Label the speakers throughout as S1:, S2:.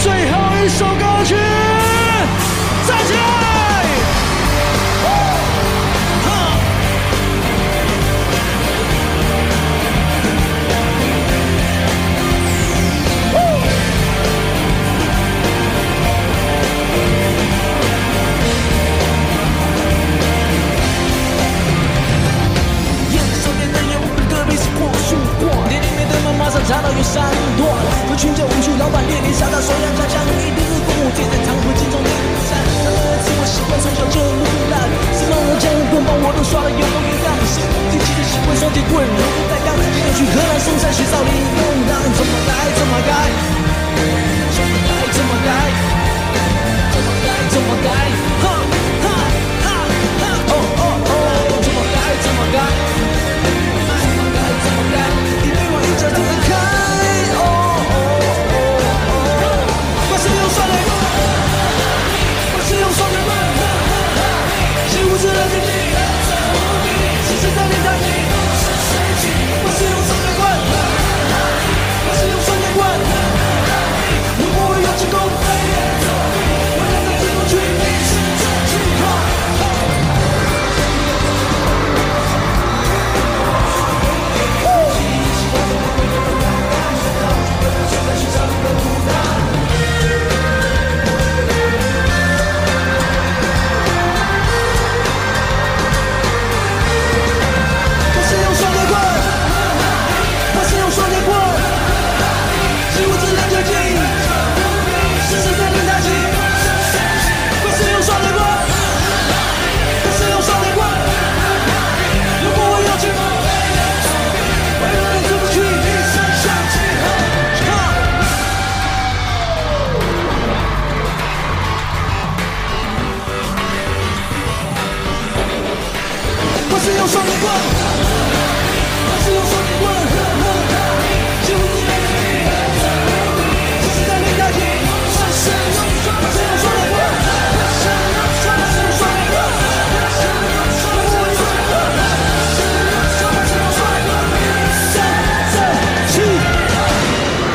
S1: 最后一首歌曲，站起来！
S2: 眼少年的烟雾，戈壁是过树过，店里面的猫马上查到有三段，合群叫无数，老板列宁傻大说要家乡，一定是父母节在常回镜中点赞。然而是我习惯从小就腐烂，是让人家用棍棒我都刷的有模有样，是自己的习惯双截棍如带钢，今天去河南嵩山学少林弄堂，怎么改怎么改，怎么改怎么改，怎么改怎么改，哈哈哈哈哦哦哦，怎么改怎么改。怎么改？你对我一脚就能开，哦哦哦哦！我是用双腿，我是用双腿，是无知的天地，是谁在天堂？我是用双腿棍，我是用双腿棍，我不会有进攻，我让他进攻去，去跑。我是用双截棍，我是用双截棍，是我自带绝技，是谁在练太极？我是用双截棍，我是用双截棍，如果我有进步，我永远出不去，一身香气。哈我是用双截棍，我是用双截棍，是无敌的力，是时代的代替。我是用双截棍，我是用双截棍，我是用双截棍，我是用双截棍，三三七。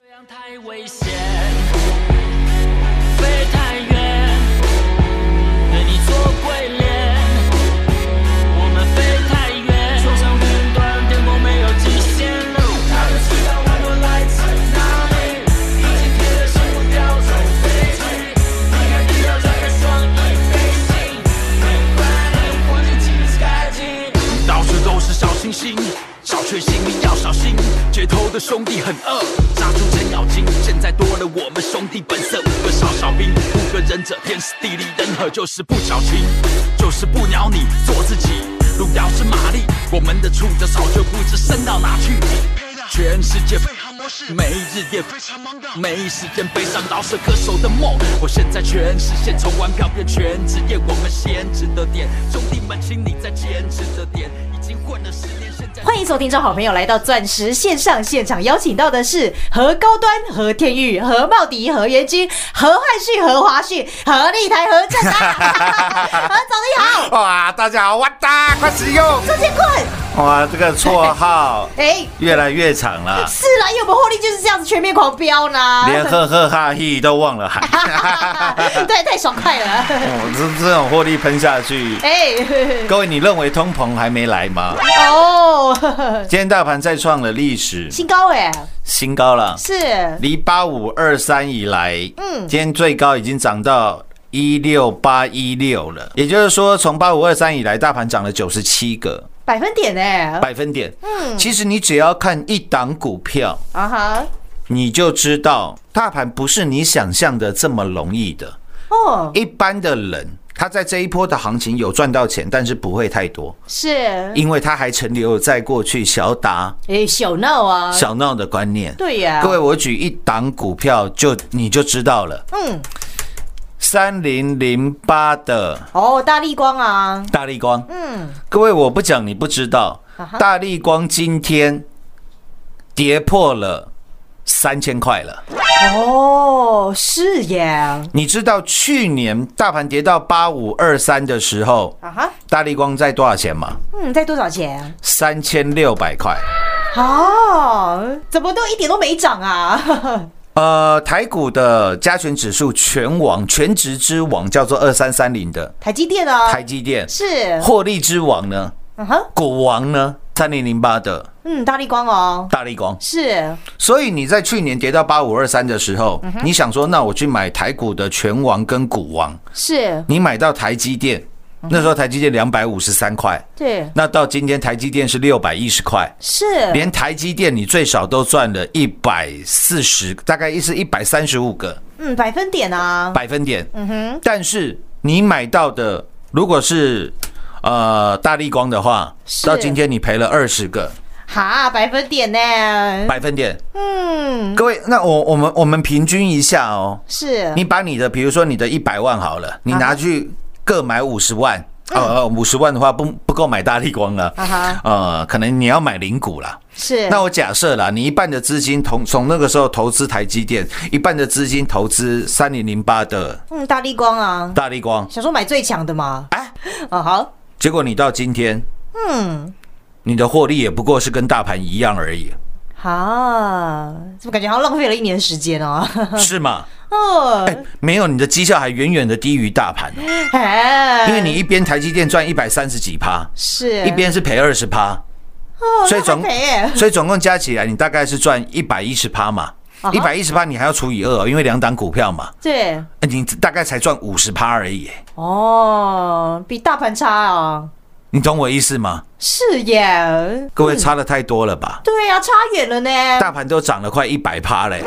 S3: 这样太危险，飞太远，对你做鬼脸。我们飞太远，冲上云端，天空没有极限。他们知道我们来自哪里，已经贴着幸福标准飞去。离开地球，张开双翼飞行，没关系，我们进开机。
S4: 到处都是小星星，小确幸你要小心。街头的兄弟很饿，杀猪程咬金。现在多了我们兄弟本色，五个少小兵，五个忍者，天时地利人和，就是不矫情，就是不鸟你，做自己。路遥知马力，我们的触角早就不知伸到哪去。全世界没日夜非常忙的，没时间悲伤饶舌歌手的梦。我现在全实现，从玩票变全职业，我们先值得点，兄弟们，请你再坚持着点，已经混了十年，现在。
S5: 欢迎所有听众好朋友来到钻石线上现场，邀请到的是何高端、何天玉、何茂迪、何元君、何汉旭、何华旭、何立台、何 正安、何总你好，
S6: 哇，大家好，我大快使用
S5: 周建坤、
S6: 哇，这个绰号
S5: 哎，
S6: 越来越长了，
S5: 是啦，因为我们获利就是这样子全面狂飙啦，
S6: 连呵呵哈嘿都忘了喊。
S5: 对，太爽快了，
S6: 哦，这这种获利喷下去，
S5: 哎，
S6: 各位，你认为通膨还没来吗？
S5: 哦，呵呵
S6: 今天大盘再创了历史
S5: 新高哎，
S6: 新高了，
S5: 是
S6: 离八五二三以来，
S5: 嗯
S6: 嗯，今天最高已经涨到一六八一六了，也就是说，从八五二三以来，大盘涨了九十七个
S5: 百分点哎，
S6: 百分点。嗯，其实你只要看一档股票，
S5: 啊哈，
S6: 你就知道大盘不是你想象的这么容易的。
S5: 哦，
S6: 一般的人。他在这一波的行情有赚到钱，但是不会太多，
S5: 是，
S6: 因为他还存留在过去小打
S5: 哎，小闹啊，
S6: 小闹的观念。
S5: 对呀，
S6: 各位，，我举一档股票就你就知道了，
S5: 嗯，
S6: 三零零八的
S5: 哦，大力光啊，
S6: 大力光。
S5: 嗯，
S6: 各位，我不讲你不知道
S5: 啊哈，
S6: 大力光今天跌破了三千块了。
S5: 哦，是耶，
S6: 你知道去年大盘跌到八五二三的时候，
S5: 啊哈，
S6: 大力光在多少钱吗？
S5: 嗯，在多少钱？
S6: 三千六百块。
S5: 哦，怎么都一点都没涨啊？
S6: 呃，台股的加权指数全网全职之王叫做二三三零的
S5: 台积电啊，
S6: 台积电，
S5: 是，
S6: 获利之王呢，
S5: 嗯哼，
S6: 股王呢，三零零八的
S5: 嗯，大力光哦，
S6: 大力光。
S5: 是，
S6: 所以你在去年跌到八五二三的时候，你想说，那我去买台股的全王跟股王，
S5: 是，
S6: 你买到台积电，那时候台积电两百五十三块，
S5: 对，
S6: 那到今天台积电是六百一十块，
S5: 是，
S6: 连台积电你最少都赚了一百四十，大概是一百三十五个
S5: 嗯，百分点啊，
S6: 百分点。
S5: 嗯哼，
S6: 但是你买到的如果是呃大力光的话，
S5: 是
S6: 到今天你赔了二十个
S5: 哈，百分点呢？
S6: 百分点。
S5: 嗯，
S6: 各位，那我我们我们平均一下哦，
S5: 是，
S6: 你把你的比如说你的一百万好了，你拿去各买五十万。
S5: 嗯
S6: 哦哦，五十万的话不不够买大力光了
S5: 啊哈，
S6: 呃，可能你要买零股啦。
S5: 是，
S6: 那我假设啦，你一半的资金从从那个时候投资台积电，一半的资金投资三零零八的
S5: 嗯，大力光啊，
S6: 大力光，哎
S5: 想说买最强的嘛，啊，哦好，
S6: 结果你到今天，
S5: 嗯，
S6: 你的获利也不过是跟大盘一样而已，
S5: 哈，怎么感觉好像浪费了一年时间哦？
S6: 是吗？
S5: 哦，
S6: 哎，没有，你的绩效还远远的低于大盘，哦
S5: 哎
S6: 因为你一边台积电赚一百三十几趴，
S5: 是
S6: 一边是赔二十趴，
S5: 哦
S6: 所以
S5: 那
S6: 总
S5: 还赔耶
S6: 所以总共加起来你大概是赚一百一十趴嘛
S5: 啊哈，
S6: 一百一十趴你还要除以二、哦，因为两档股票嘛，
S5: 对，
S6: 哎你大概才赚五十趴而已，哎
S5: 哦，比大盘差啊，
S6: 你懂我意思吗？
S5: 是耶，
S6: 各位差的太多了吧？
S5: 对呀、啊，差远了呢。
S6: 大盘都涨了快一百趴嘞，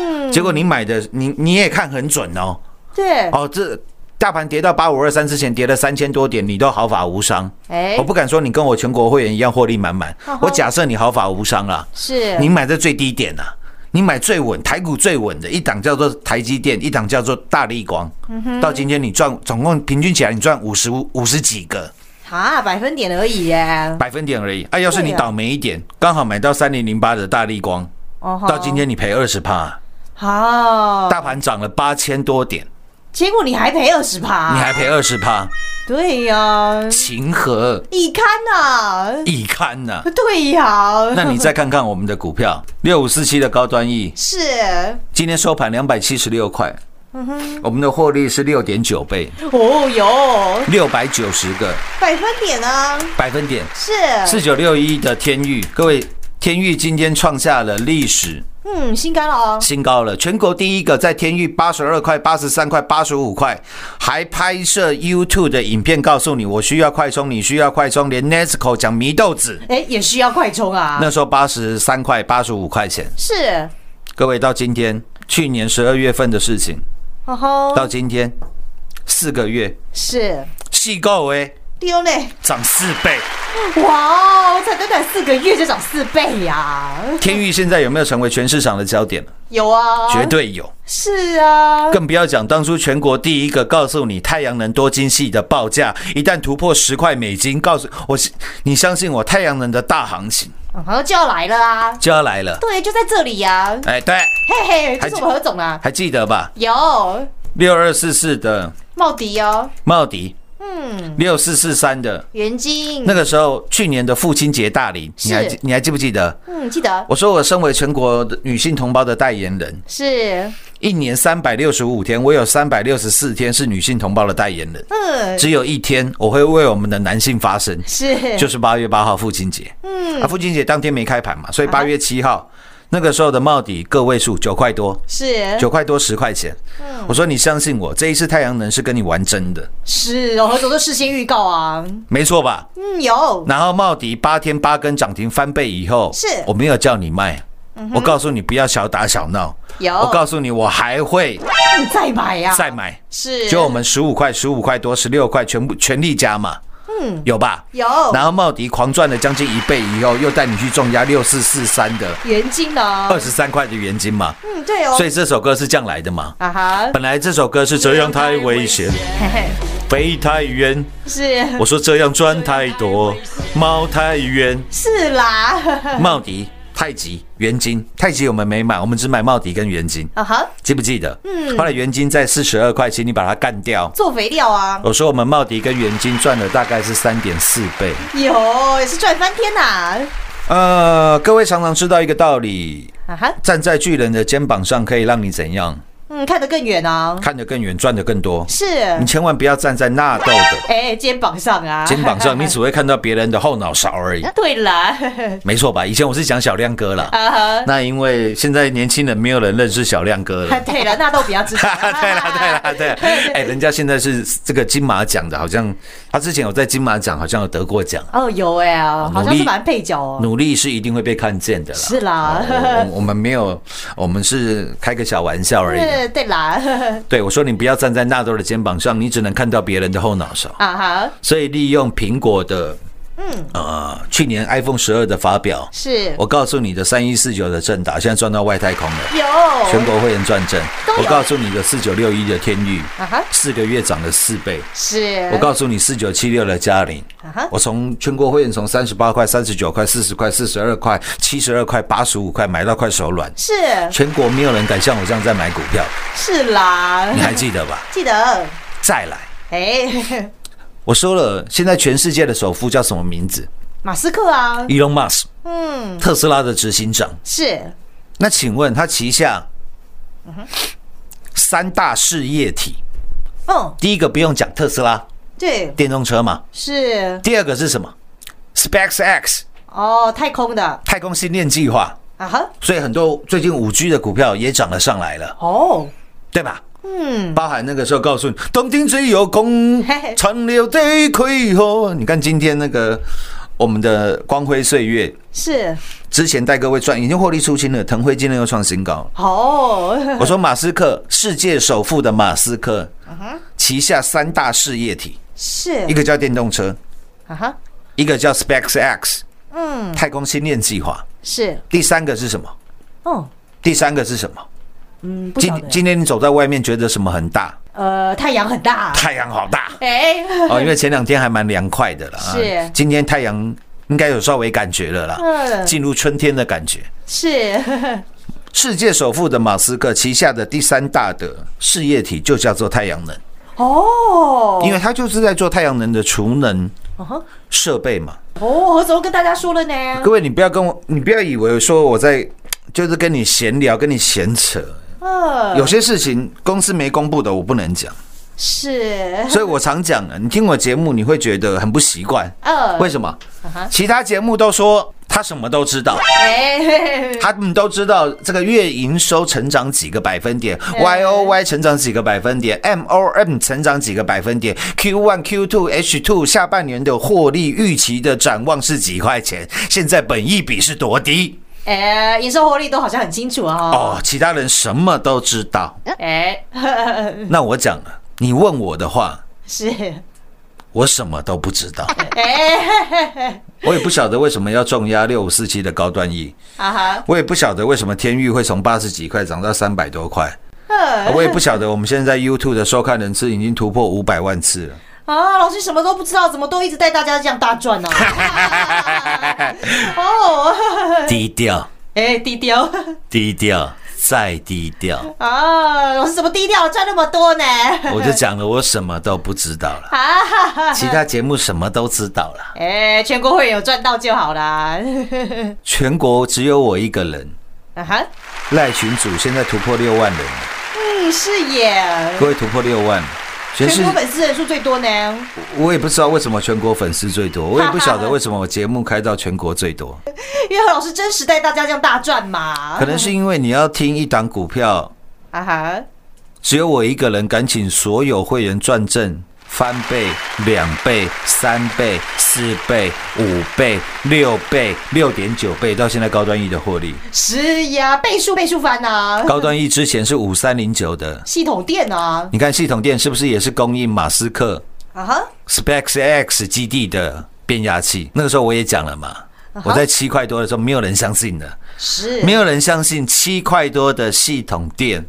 S5: 嗯
S6: 结果你买的你你也看很准哦，
S5: 对，
S6: 哦，这大盘跌到八五二三之前跌了三千多点，你都毫发无伤。
S5: 哎、
S6: 我不敢说你跟我全国会员一样获利满满，我假设你毫发无伤啦。
S5: 是
S6: 你买在最低点啊，你买最稳，台股最稳的一档叫做台积电，一档叫做大力光。
S5: 嗯
S6: 到今天你赚总共平均起来你赚五十五十几个
S5: 啊，百分点而已耶。
S6: 百分点而已。哎、要是你
S5: 对啊
S6: 倒霉一点，刚好买到三零零八的大力光，
S5: 哦
S6: 到今天你赔二十趴，
S5: 好，
S6: 大盘涨了八千多点，
S5: 结果你还赔二十趴，
S6: 你还赔二十趴，
S5: 对呀、
S6: 情何
S5: 你看呐、
S6: 以堪呐、
S5: 对呀、
S6: 那你再看看我们的股票六五四七的高端 E，
S5: 是
S6: 今天收盘两百七十六块，我们的获利是六点九倍，
S5: 哦哟，
S6: 六百九十个
S5: 百分点啊，
S6: 百分点。
S5: 是
S6: 四九六一的天域，各位，天域今天创下了历史
S5: 嗯，心甘了哦，
S6: 新高了，全国第一个在天域八十二块、八十三块、八十五块，还拍摄 YouTube 的影片，告诉你我需要快充，你需要快充，连 E Nesco 讲迷豆子，
S5: 哎、也需要快充啊，
S6: 那时候八十三块、八十五块钱。
S5: 是，
S6: 各位到今天，去年十二月份的事情，
S5: 哦吼，
S6: 到今天四个月，
S5: 是
S6: 细购哎，
S5: 丢嘞，
S6: 涨四倍。
S5: 哇哦，才短短四个月就涨四倍呀、
S6: 天域现在有没有成为全市场的焦点了？
S5: 有啊，
S6: 绝对有，
S5: 是啊，
S6: 更不要讲当初全国第一个告诉你太阳能多晶系的报价，一旦突破十块美金，告诉我，你相信我，太阳能的大行情
S5: 然后就要来了啊，
S6: 就要来了。
S5: 对，就在这里呀、
S6: 哎，对，
S5: 嘿嘿，这是我们何总啦，啊
S6: 还记得吧？
S5: 有
S6: 六二四四的
S5: 茂迪哦，
S6: 茂迪，嗯，六四四三的
S5: 袁金，
S6: 那个时候，去年的父亲节大礼，你还
S5: 是
S6: 记你还记不记得？
S5: 嗯，记得
S6: 我说我身为全国女性同胞的代言人，
S5: 是，
S6: 一年三百六十五天，我有三百六十四天是女性同胞的代言人，
S5: 嗯，
S6: 只有一天我会为我们的男性发声，
S5: 是，
S6: 就是八月八号父亲节。嗯，啊，父亲节当天没开盘嘛，所以八月七号那个时候的帽底个位数九块多，
S5: 是，
S6: 九块多十块钱。
S5: 嗯
S6: 我说你相信我，这一次太阳能是跟你玩真的，
S5: 是，哦，何总都事先预告啊，
S6: 没错吧？
S5: 嗯，有，
S6: 然后茂迪八天八根涨停翻倍以后，
S5: 是嗯
S6: 我没有叫你卖，我告诉你不要小打小闹，
S5: 有
S6: 我告诉你我还会
S5: 你再买呀，
S6: 再买，
S5: 是，
S6: 就我们十五块、十五块多、十六块全部全力加嘛，嗯，有吧？
S5: 有
S6: 然后茂迪狂赚了将近一倍以后，又带你去重压六四四三的
S5: 袁金呢，
S6: 二十三块的原金嘛，
S5: 哦嗯，对哦
S6: 呃所，以这首歌是这样来的嘛。
S5: 啊哈，
S6: 本来这首歌是这样太危险，
S5: 嘿嘿，
S6: 飞太远，
S5: 是
S6: 我说这样赚太多，猫太远。
S5: 是啦，
S6: 茂迪、太极、元金。太极我们没买，我们只买茂迪跟元金，
S5: 啊哈，
S6: 记不记得？嗯。后来元金在四十二块钱，你把它干掉。
S5: 做肥料啊，
S6: 我说我们茂迪跟元金赚了大概是三点四倍。
S5: 有也是赚翻天呐，
S6: 呃，各位常常知道一个道理，
S5: 啊哈，
S6: 站在巨人的肩膀上可以让你怎样
S5: 嗯，看得更远啊，
S6: 看得更远，赚得更多。
S5: 是，
S6: 你千万不要站在纳豆的
S5: 哎，肩膀上啊，
S6: 肩膀 上，你只会看到别人的后脑勺 而已。
S5: 对啦，
S6: 没错吧？以前我是讲小亮哥啦，
S5: 啊哈，
S6: 那因为现在年轻人没有人认识小亮哥了。
S5: 对了，纳豆比较知道，
S6: 对啦，对啦， 对啦，哎，人家现在是这个金马奖的，好像他之前有在金马奖，好像有得过奖。
S5: 哦，有哎、啊，好像
S6: 努
S5: 是
S6: 力
S5: 蛮配角哦。
S6: 努力是一定会被看见的啦。
S5: 是啦
S6: 哦 我我们没有，我们是开个小玩笑而已。啊
S5: 对对啦，
S6: 对我说，你不要站在纳豆的肩膀上，你只能看到别人的后脑勺。
S5: 啊哈，
S6: 所以利用苹果的，嗯，呃，去年 iPhone 十二的发表，
S5: 是
S6: 我告诉你的三一四九的正达，现在赚到外太空了。
S5: 有
S6: 全国会员转正，
S5: 哦都有
S6: 我告诉你的四九六一的天域
S5: 啊哈，
S6: 四个月涨了四倍。
S5: 是，啊
S6: 我告诉你，四九七六的嘉玲
S5: 哈，
S6: 我从全国会员从三十八块、三十九块、四十块、四十二块、七十二块、八十五块买到快手软，
S5: 是
S6: 全国没有人敢像我这样在买股票，
S5: 是 啦
S6: 你，还记得吧？
S5: 记得
S6: 再来，
S5: 哎、
S6: 我说了，现在全世界的首富叫什么名字
S5: 马斯克啊，
S6: ？Elon Musk，
S5: 嗯，
S6: 特斯拉的执行长。
S5: 是
S6: 那请问他旗下三大事业体，
S5: 嗯，
S6: 第一个不用讲特斯拉
S5: 对，
S6: 电动车嘛，
S5: 是
S6: 第二个是什么？SpaceX
S5: 哦，太空的
S6: 太空星链计划。
S5: 啊哈，
S6: 所以很多最近五 G 的股票也涨了上来了，
S5: 哦，
S6: 对吧？嗯，包含那个时候告诉你，东京只有空
S5: 嘿嘿，
S6: 长流对亏后。你看今天那个我们的光辉岁月，
S5: 是
S6: 之前带各位赚已经获利出清了，腾辉今天又创新高。
S5: 哦，
S6: 我说马斯克，世界首富的马斯克，
S5: 啊
S6: 旗下三大事业体，
S5: 是
S6: 一个叫电动车，
S5: 啊哈，
S6: 一个叫 SpaceX，嗯，太空星链计划，
S5: 是，
S6: 第三个是什么？
S5: 嗯
S6: 第三个是什么？
S5: 嗯，不
S6: 今
S5: 晓得，
S6: 今天你走在外面，觉得什么很大？
S5: 呃，太阳很 大，
S6: 太阳好大
S5: 哎、
S6: 哦，因为前两天还蛮凉快的了啊。
S5: 是
S6: 今天太阳应该有稍微感觉了啦，
S5: 嗯
S6: 进入春天的感觉。
S5: 是
S6: 世界首富的马斯克旗下的第三大的事业体就叫做太阳能，
S5: 哦，嗯
S6: 因为他就是在做太阳能的储能
S5: 哼嗯
S6: 设备嘛。
S5: 哦，何总跟大家说了呢，
S6: 各位，你不要跟我，你不要以为说我在就是跟你闲聊，跟你闲扯。
S5: 嗯，
S6: 有些事情公司没公布的，我不能讲，
S5: 是，
S6: 所以我常讲啊，你听我节目，你会觉得很不习惯。
S5: 嗯，
S6: 为什么
S5: 哈？
S6: 其他节目都说他什么都知道，
S5: 哎、嘿嘿
S6: 他们都知道这个月营收成长几个百分点，Y
S5: 哎
S6: O Y 成长几个百分点，M O M 成长几个百分点，Q one Q two H two 下半年的获利预期的展望是几块钱，现在本益比是多低
S5: 哎、营收获利都好像很清楚哦。
S6: 哦，其他人什么都知道。
S5: 哎、
S6: 那我讲了，你问我的话，
S5: 是，
S6: 我什么都不知道，
S5: 哎、嘿嘿
S6: 我也不晓得为什么要重压六五四七的高端 E。
S5: 啊哈，
S6: 我也不晓得为什么天域会从八十几块涨到三百多 块，
S5: 嗯
S6: 我也不晓得我们现在 YouTube 的收看人次已经突破五百万次了。
S5: 啊，老师什么都不知道，怎么都一直带大家这样大 赚呢、 哦，
S6: 低调，
S5: 哎、低调，
S6: 低调，再低调。
S5: 啊，我是怎么低调赚那么多呢？
S6: 我就讲了，我什么都不知道了，
S5: 啊，哈哈
S6: 其他节目什么都知道了，
S5: 哎，全国会员有赚到就好啦。
S6: 全国只有我一个人。
S5: 啊哈，
S6: 赖群主现在突破六万人，
S5: 嗯，是耶，
S6: 各位突破六万，全
S5: 全
S6: 是
S5: 国粉丝人数最多呢。
S6: 我也不知道为什么全国粉丝最多，我也不晓得为什么我节目开到全国最多，
S5: 因为何老师真实带大家这样大赚嘛
S6: 可。能是因为你要听一档股票，
S5: 啊哈，
S6: 只有我一个人敢请所有会员转正。翻倍、两倍、三倍、四倍、五倍、六倍、六点九倍，到现在高端一的获利。
S5: 是呀，倍数倍数翻呐、
S6: 高端一之前是五三零九的，
S5: 系统店啊，
S6: 你看系统店是不是也是供应马斯克
S5: 啊哈，
S6: SpaceX 基地的变压器？那个时候我也讲了嘛，我在七块多的时候没有人相信的，
S5: 是
S6: 没有人相信七块多的系统店。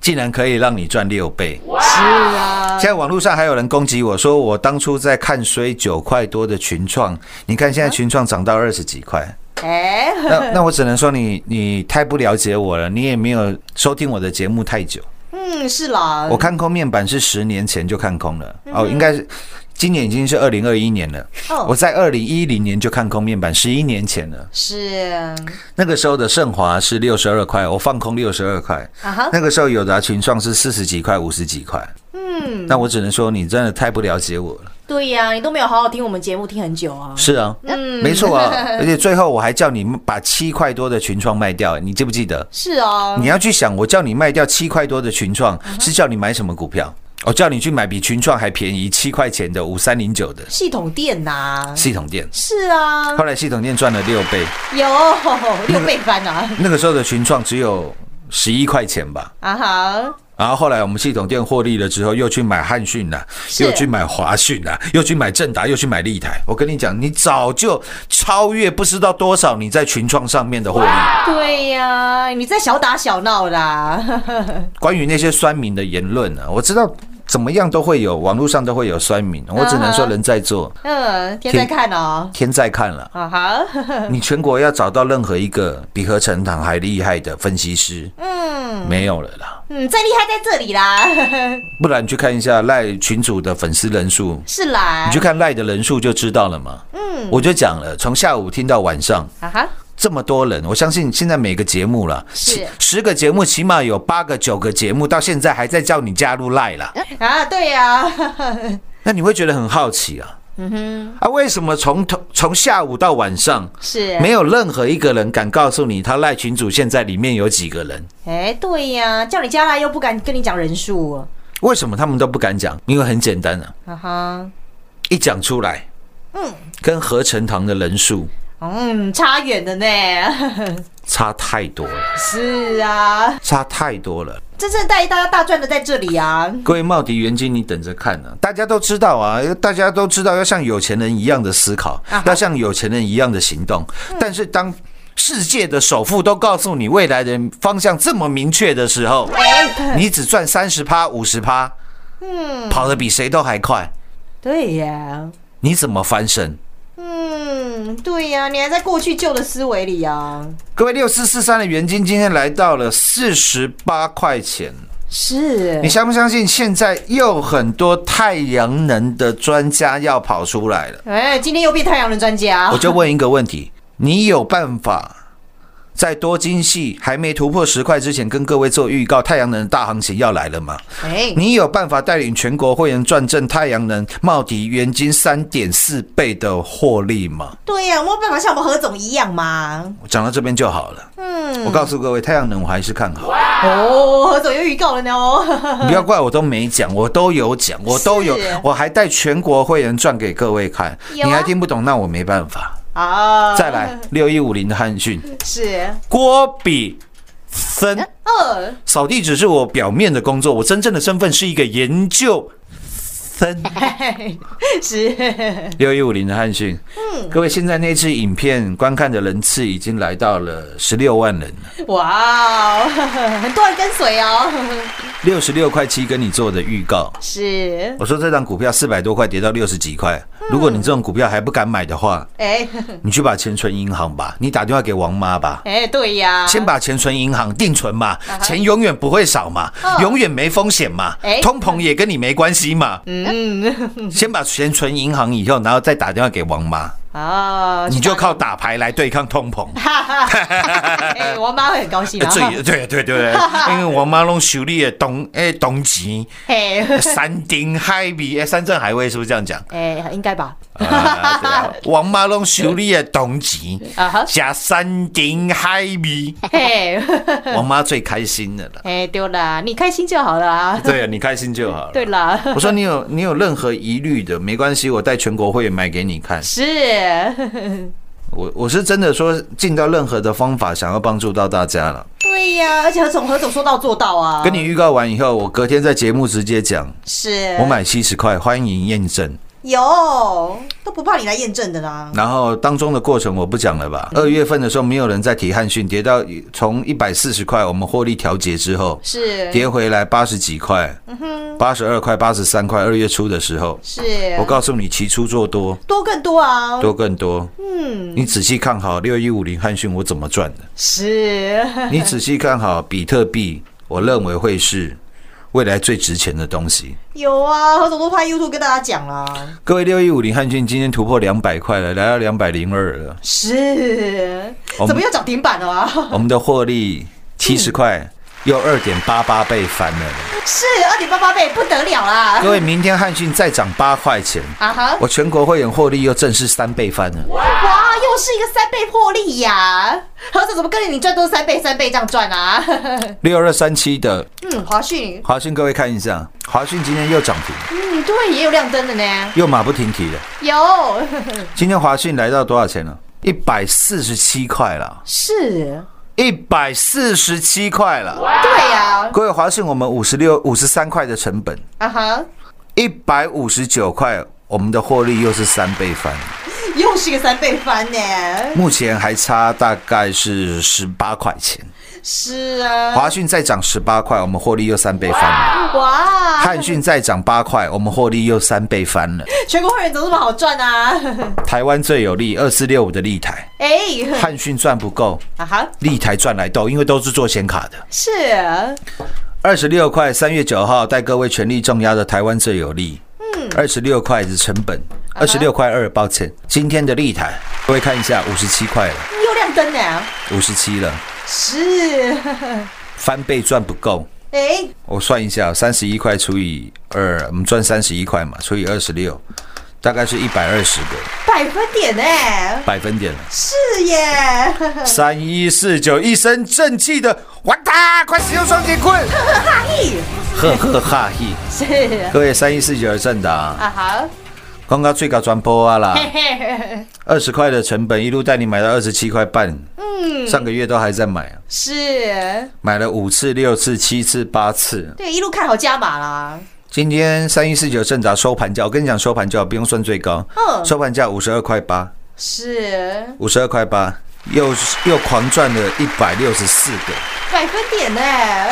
S6: 竟然可以让你赚六倍！
S5: 嗯是啊，
S6: 现在网络上还有人攻击我说，我当初在看衰九块多的群创，你看现在群创涨到二十几 块，
S5: 哎、
S6: 那那我只能说你你太不了解我了，你也没有收听我的节目太久。
S5: 嗯，是啦，
S6: 我看空面板是十年前就看空了，哦，应该是今年已经是二零二一年了。
S5: 哦
S6: 我在二零一零年就看空面板，十一年前了。
S5: 是
S6: 那个时候的盛华是六十二块，我放空六十二块。
S5: 啊哈，
S6: 那个时候友达群创是四十几块、五十几块。嗯，那我只能说你真的太不了解我了。
S5: 对呀、你都没有好好听我们节目听很久啊，
S6: 是啊，嗯，没错啊。而且最后我还叫你把七块多的群创卖掉，你记不记得？
S5: 是啊
S6: 你，要去想，我叫你卖掉七块多的群创，是叫你买什么股票？我叫你去买比群创还便宜七块钱的五三零九的
S5: 系统店呐、
S6: 系统店。
S5: 是啊，
S6: 后来系统店赚了六倍，
S5: 有 六倍翻呐、
S6: 那个时候的群创只有十一块钱吧。
S5: 啊，啊哈，
S6: 然后后来我们系统店获利了之后，又去买汉讯啦，又去买华讯啦，又去买正达，又去买立台。我跟你讲，你早就超越不知道多少你在群创上面的获利。
S5: 对呀、你在小打小闹啦，
S6: 关于那些酸民的言论呢、啊，我知道怎么样都会有，网络上都会有酸民，我只能说人在做，
S5: 嗯，天在看哦，
S6: 天在看了。
S5: 啊哈，
S6: 你全国要找到任何一个比合成堂还厉害的分析师，嗯，没有了啦。
S5: 嗯，再厉害在这里啦，
S6: 不然你去看一下赖群主的粉丝人数，
S5: 是啦，
S6: 你去看赖的人数就知道了嘛。嗯，我就讲了，从下午听到晚上。
S5: 啊哈，
S6: 这么多人，我相信现在每个节目了，
S5: 是
S6: 十十个节目，起码有八个、九个节目，到现在还在叫你加入赖啦。
S5: 啊，对呀、
S6: 那你会觉得很好奇啊。嗯哼，啊，为什么从头从下午到晚上，
S5: 是
S6: 没有任何一个人敢告诉你他赖群主现在里面有几个人？
S5: 哎、对呀、叫你加来又不敢跟你讲人数，
S6: 为什么他们都不敢讲？因为很简单啊，
S5: 啊哈，
S6: 一讲出来，嗯，跟合成堂的人数
S5: 嗯，差远了呢，
S6: 差太多了，
S5: 是啊，
S6: 差太多了。
S5: 真正带大家大赚的在这里啊，
S6: 各位茂迪元金，你等着看啊！大家都知道啊，大家都知道要像有钱人一样的思考，要像有钱人一样的行动。但是当世界的首富都告诉你未来的方向这么明确的时候，你只赚三十趴、五十趴，嗯，跑得比谁都还快，
S5: 对呀、
S6: 你怎么翻身？
S5: 嗯，对呀、你还在过去旧的思维里啊，
S6: 各位六四四三的元金今天来到了四十八块钱，
S5: 是
S6: 你，相不相信？现在又很多太阳能的专家要跑出来了。
S5: 哎、今天又变太阳能专家
S6: 我，就问一个问题： 你有办法在多晶系还没突破十块之前，跟各位做预告太阳能的大行情要来了吗？
S5: 哎、
S6: 你有办法带领全国会员赚正太阳能、茂迪、元金三点四倍的获利吗？
S5: 对呀、我有办法像我们何总一样嘛，
S6: 我讲到这边就好了。嗯，我告诉各位，太阳能我还是看好。
S5: 哦，何总又预告了呢 哦，
S6: 你不要怪我都没讲，我都有讲，我都有
S5: 是，
S6: 我还带全国会员赚给各位看。你
S5: 有啊
S6: 还听不懂，那我没办法。
S5: 啊，
S6: 再 来六一五零的汉讯，
S5: 是
S6: 郭比森。
S5: 二，
S6: 扫地只是我表面的工作，我真正的身份是一个研究生。
S5: 嘿是，
S6: 六一五零的汉讯，嗯，各位，现在那支影片观看的人次已经来到了十六万人了，
S5: 哇哦，很多人跟随哦，
S6: 六十六块七跟你做的预告，
S5: 是
S6: 我说这张股票四百多块跌到六十几块，如果你这种股票还不敢买的话，
S5: 哎
S6: 你去把钱存银行吧，你打电话给王妈吧。
S5: 哎，对呀，
S6: 先把钱存银行定存嘛，钱永远不会少嘛，永远没风险嘛
S5: 哎，
S6: 通膨也跟你没关系嘛。 先把钱存银行以后，然后再打电话给王妈，
S5: 哦，
S6: 你就靠打牌来对抗通 膨。
S5: 哈哈，哎，王妈会很高兴
S6: 呃
S5: 啊，
S6: 最对对对 对，因为王妈弄手里的东诶东 钱，
S5: 嘿，
S6: 山顶海味，诶，山珍海味是不是这样讲？
S5: 哎，应该吧，
S6: 啊对啊王妈弄手里的东 钱
S5: 啊哈，
S6: 加山顶海 味，
S5: 嘿，
S6: 王妈最开心的了。
S5: 哎，丢啦，你开心就好了啊，
S6: 对啊，你开心就好了。
S5: 对啦，
S6: 我说你有你有任何疑虑的，没关系，我带全国会员买给你看。
S5: 是，
S6: 我我是真的说，尽到任何的方法，想要帮助到大家了。
S5: 对呀，而且何总何总说到做到啊，
S6: 跟你预告完以后，我隔天在节目直接讲，
S5: 是，
S6: 我买七十块，欢迎验证。
S5: 有都不怕你来验证的啦，
S6: 然后当中的过程我不讲了吧。二月份的时候，没有人在提汉逊，跌到从一百四十块，我们获利调节之后，
S5: 是，
S6: 跌回来八十几块，八十二块、八十三块。二月初的时候，
S5: 是，
S6: 我告诉你，起初做多，
S5: 多更多啊，
S6: 多更多。嗯，你仔细看好六一五零汉逊我怎么赚 的，
S5: 是，
S6: 你仔细看好比特币，我认为会是未来最值钱的东西。
S5: 有啊，何总都拍 YouTube 跟大家讲啦，
S6: 各位，六一五零汉逊今天突破两百块了，来到两百零二了。
S5: 是，
S6: 我们
S5: 怎么又涨停板了啊？
S6: 我们的获利七十块，又二点八八倍翻了。
S5: 是二点八八倍，不得了啦！
S6: 各位，明天汉逊再涨八块钱，
S5: 啊哈，
S6: 我全国会员获利又正式三倍翻了。
S5: 哇，又是一个三倍破例呀！何总怎么跟着你赚都是三倍三倍这样赚啊？
S6: 六二三七的
S5: 嗯，华讯，
S6: 华讯，各位看一下，华讯今天又涨停，
S5: 嗯，对，也有亮灯的呢，
S6: 又马不停蹄的。
S5: 有，
S6: 今天华讯来到多少钱了？一百四十七块了，
S5: 是，啊
S6: 一百四十七块了。
S5: 对呀，
S6: 各位，华讯我们五十六、五十三块的成本，
S5: 啊哈，
S6: 一百五十九块，我们的获利又是三倍翻。
S5: 又是一个三倍翻呢，
S6: 目前还差大概是十八块钱，
S5: 是啊，
S6: 华讯再涨十八块，我们获利又三倍翻了。
S5: 哇，
S6: 汉讯再涨八块，我们获利又三倍翻了。
S5: 全国会员怎么这么好赚啊？
S6: 台湾最有利，二四六五的立台，
S5: 哎，
S6: 汉讯赚不够，
S5: 啊哈，
S6: 立台赚来斗，因为都是做显卡的。
S5: 是，啊
S6: 二十六块，三月九号带各位全力重压的台湾最有利。嗯，二十六块是成本，二十六块二，抱歉，今天的立台，各位看一下，五十七块了，
S5: 又亮灯呢，
S6: 五十七了，
S5: 是，
S6: 翻倍赚不够。
S5: 哎，
S6: 我算一下，三十一块除以二，我们赚三十一块嘛，除以二十六，大概是一百二十个
S5: 百分点呢，
S6: 百分点了。
S5: 是耶。
S6: 三一四九，一身正气的，玩他，快使用双截棍，呵呵哈嘿。
S5: 是
S6: 各位三一四九的正达，
S5: 啊，好，
S6: 刚刚最高转播啊啦。
S5: 嘿嘿，
S6: 二十块的成本，一路带你买到二十七块半。嗯，上个月都还在买啊，
S5: 是，
S6: 买了五次、六次、七次、八次。
S5: 对，一路看好加码啦，
S6: 今天三一四九正达收盘价，我跟你讲，收盘价不用算最高，
S5: 嗯
S6: 收盘价五十二块八，
S5: 是
S6: 五十二块八，又又狂赚了一百六十四个。
S5: 百分点呢，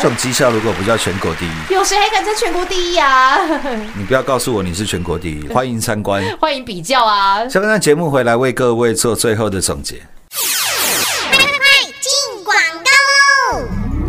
S6: 这种绩效如果不叫全国第一，
S5: 有谁还敢争全国第一啊呀、
S6: 你不要告诉我你是全国第一。欢迎参观。
S5: 欢迎比较啊，
S6: 下半段节目回来为各位做最后的总结。
S7: 快进广告喽！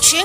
S7: 全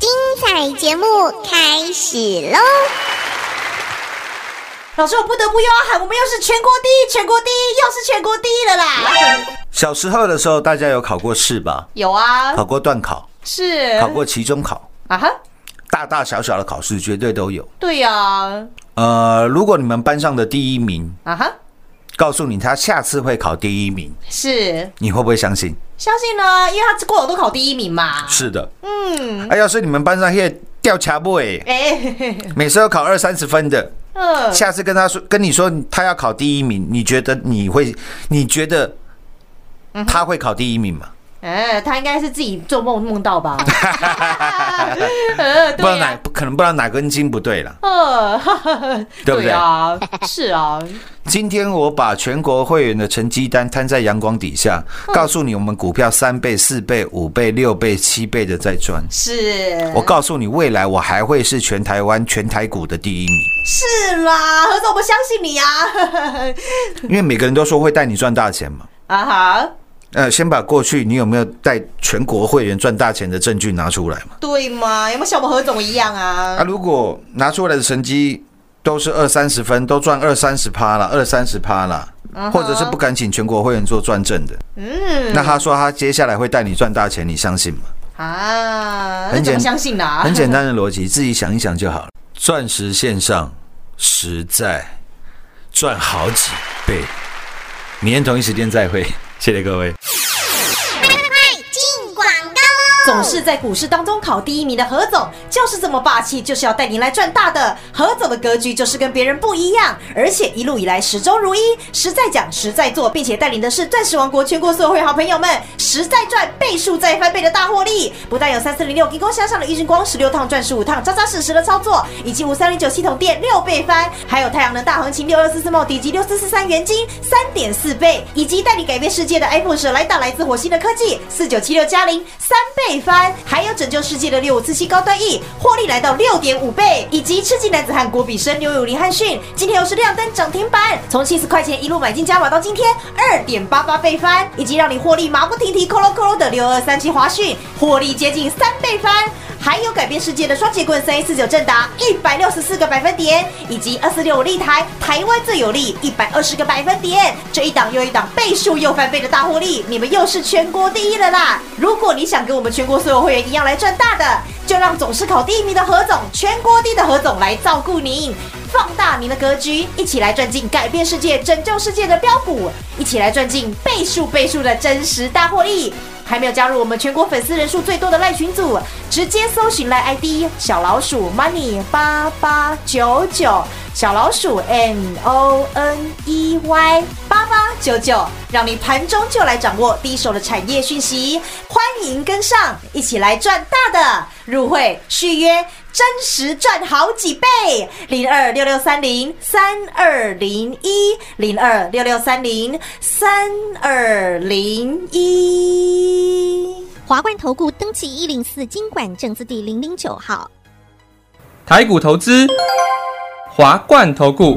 S7: 精彩节目开始喽！
S5: 老师，我不得不又要喊，我们又是全国第一，全国第一，又是全国第一了啦！
S6: 小时候的时候，大家有考过试吧？
S5: 有啊，
S6: 考过段考，
S5: 是
S6: 考过期中考，
S5: 啊哈，
S6: 大大小小的考试绝对都有。
S5: 对呀、啊，
S6: 呃，如果你们班上的第一名
S5: 啊哈，
S6: 告诉你他下次会考第一名，
S5: 是
S6: 你会不会相信？
S5: 相信呢，因为他过往都考第一名嘛。
S6: 是的，嗯。哎，要是你们班上那些掉卡布哎，
S5: 哎、 嘿嘿嘿
S6: 每次都考二三十分的，
S5: 嗯，
S6: 下次跟他说跟你说他要考第一名，你觉得你会？你觉得
S5: 嗯
S6: 他会考第一名吗？
S5: 哎、他应该是自己做梦梦 到吧？
S6: 不知
S5: 呃，
S6: 道
S5: 对
S6: 哪
S5: 呀、
S6: 不可能不知道哪根筋不对了。
S5: 呃， 哈哈哈
S6: 对不对
S5: 啊，是啊，
S6: 今天我把全国会员的成绩单摊在阳光底下，
S5: 嗯
S6: 告诉你我们股票三倍、四倍、五倍、六倍、七倍的在赚。
S5: 是
S6: 我告诉你，未来我还会是全台湾全台股的第一名，
S5: 是啦，何总，我相信你呀、啊，
S6: 因为每个人都说会带你赚大钱嘛。
S5: 啊哈，
S6: 呃，先把过去你有没有带全国会员赚大钱的证据拿出来嘛？
S5: 对嘛？有没有像我们何总一样
S6: 啊，
S5: 啊？
S6: 如果拿出来的成绩都是二三十分，都赚二三十趴了，二三十趴了，或者是不敢请全国会员做转正的，
S5: 嗯
S6: 那他说他接下来会带你赚大钱，你相信吗？
S5: 啊，那
S6: 很
S5: 怎
S6: 简
S5: 么相信呢、啊？
S6: 很简单的逻辑，自己想一想就好了。钻石线上实在赚好几倍。明天同一时间再会，谢谢各位。
S7: 进广告
S5: 总是在股市当中考第一名的何总，就是这么霸气，就是要带您来赚大的。何总的格局就是跟别人不一样，而且一路以来始终如一，实在讲，实在做，并且带领的是钻石王国全国所有会员好朋友们，实在赚倍数再翻倍的大获利。不但有三四零六金光向上的玉金光十六趟赚十五趟，扎扎实实的操作，以及五三零九系统店六倍翻，还有太阳能大行情六二四四茂迪及六四四三元金三点四倍，以及带你改变世界的 iPhone 十来打来自火星的科技四九七六加零三倍翻，还有拯救世界的六五四七高端 E 获利来到六点五倍，以及吃鸡男子汉郭比生刘友林汉逊今天又是亮灯涨停板，从七十块钱一路买进加码到今天二点八八倍翻，以及让你获利马不停蹄扣喽扣喽的六二三七华讯获利接近三倍翻。还有改变世界的双节棍三一四九正达一百六十四个百分点，以及二四六五立台台湾最有利一百二十个百分点，这一档又一档倍数又翻倍的大获利，你们又是全国第一了啦！如果你想跟我们全国所有会员一样来赚大的，就让总是考第一名的何总，全国第一的何总来照顾您。放大您的格局，一起来赚进改变世界、拯救世界的标股，一起来赚进倍数倍数的真实大获利。还没有加入我们全国粉丝人数最多的赖群组，直接搜寻赖 ID 小老鼠 money 八八九九，小老鼠 m o n e y 八八九九，让你盘中就来掌握第一手的产业讯息，欢迎跟上，一起来赚大的，入会续约。真实赚好几倍，零二六六三零三二零一，零二六六三零三二零一。
S7: 华冠投顾登记一零四经管证字第零零九号。
S8: 台股投资，华冠投顾。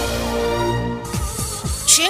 S9: 全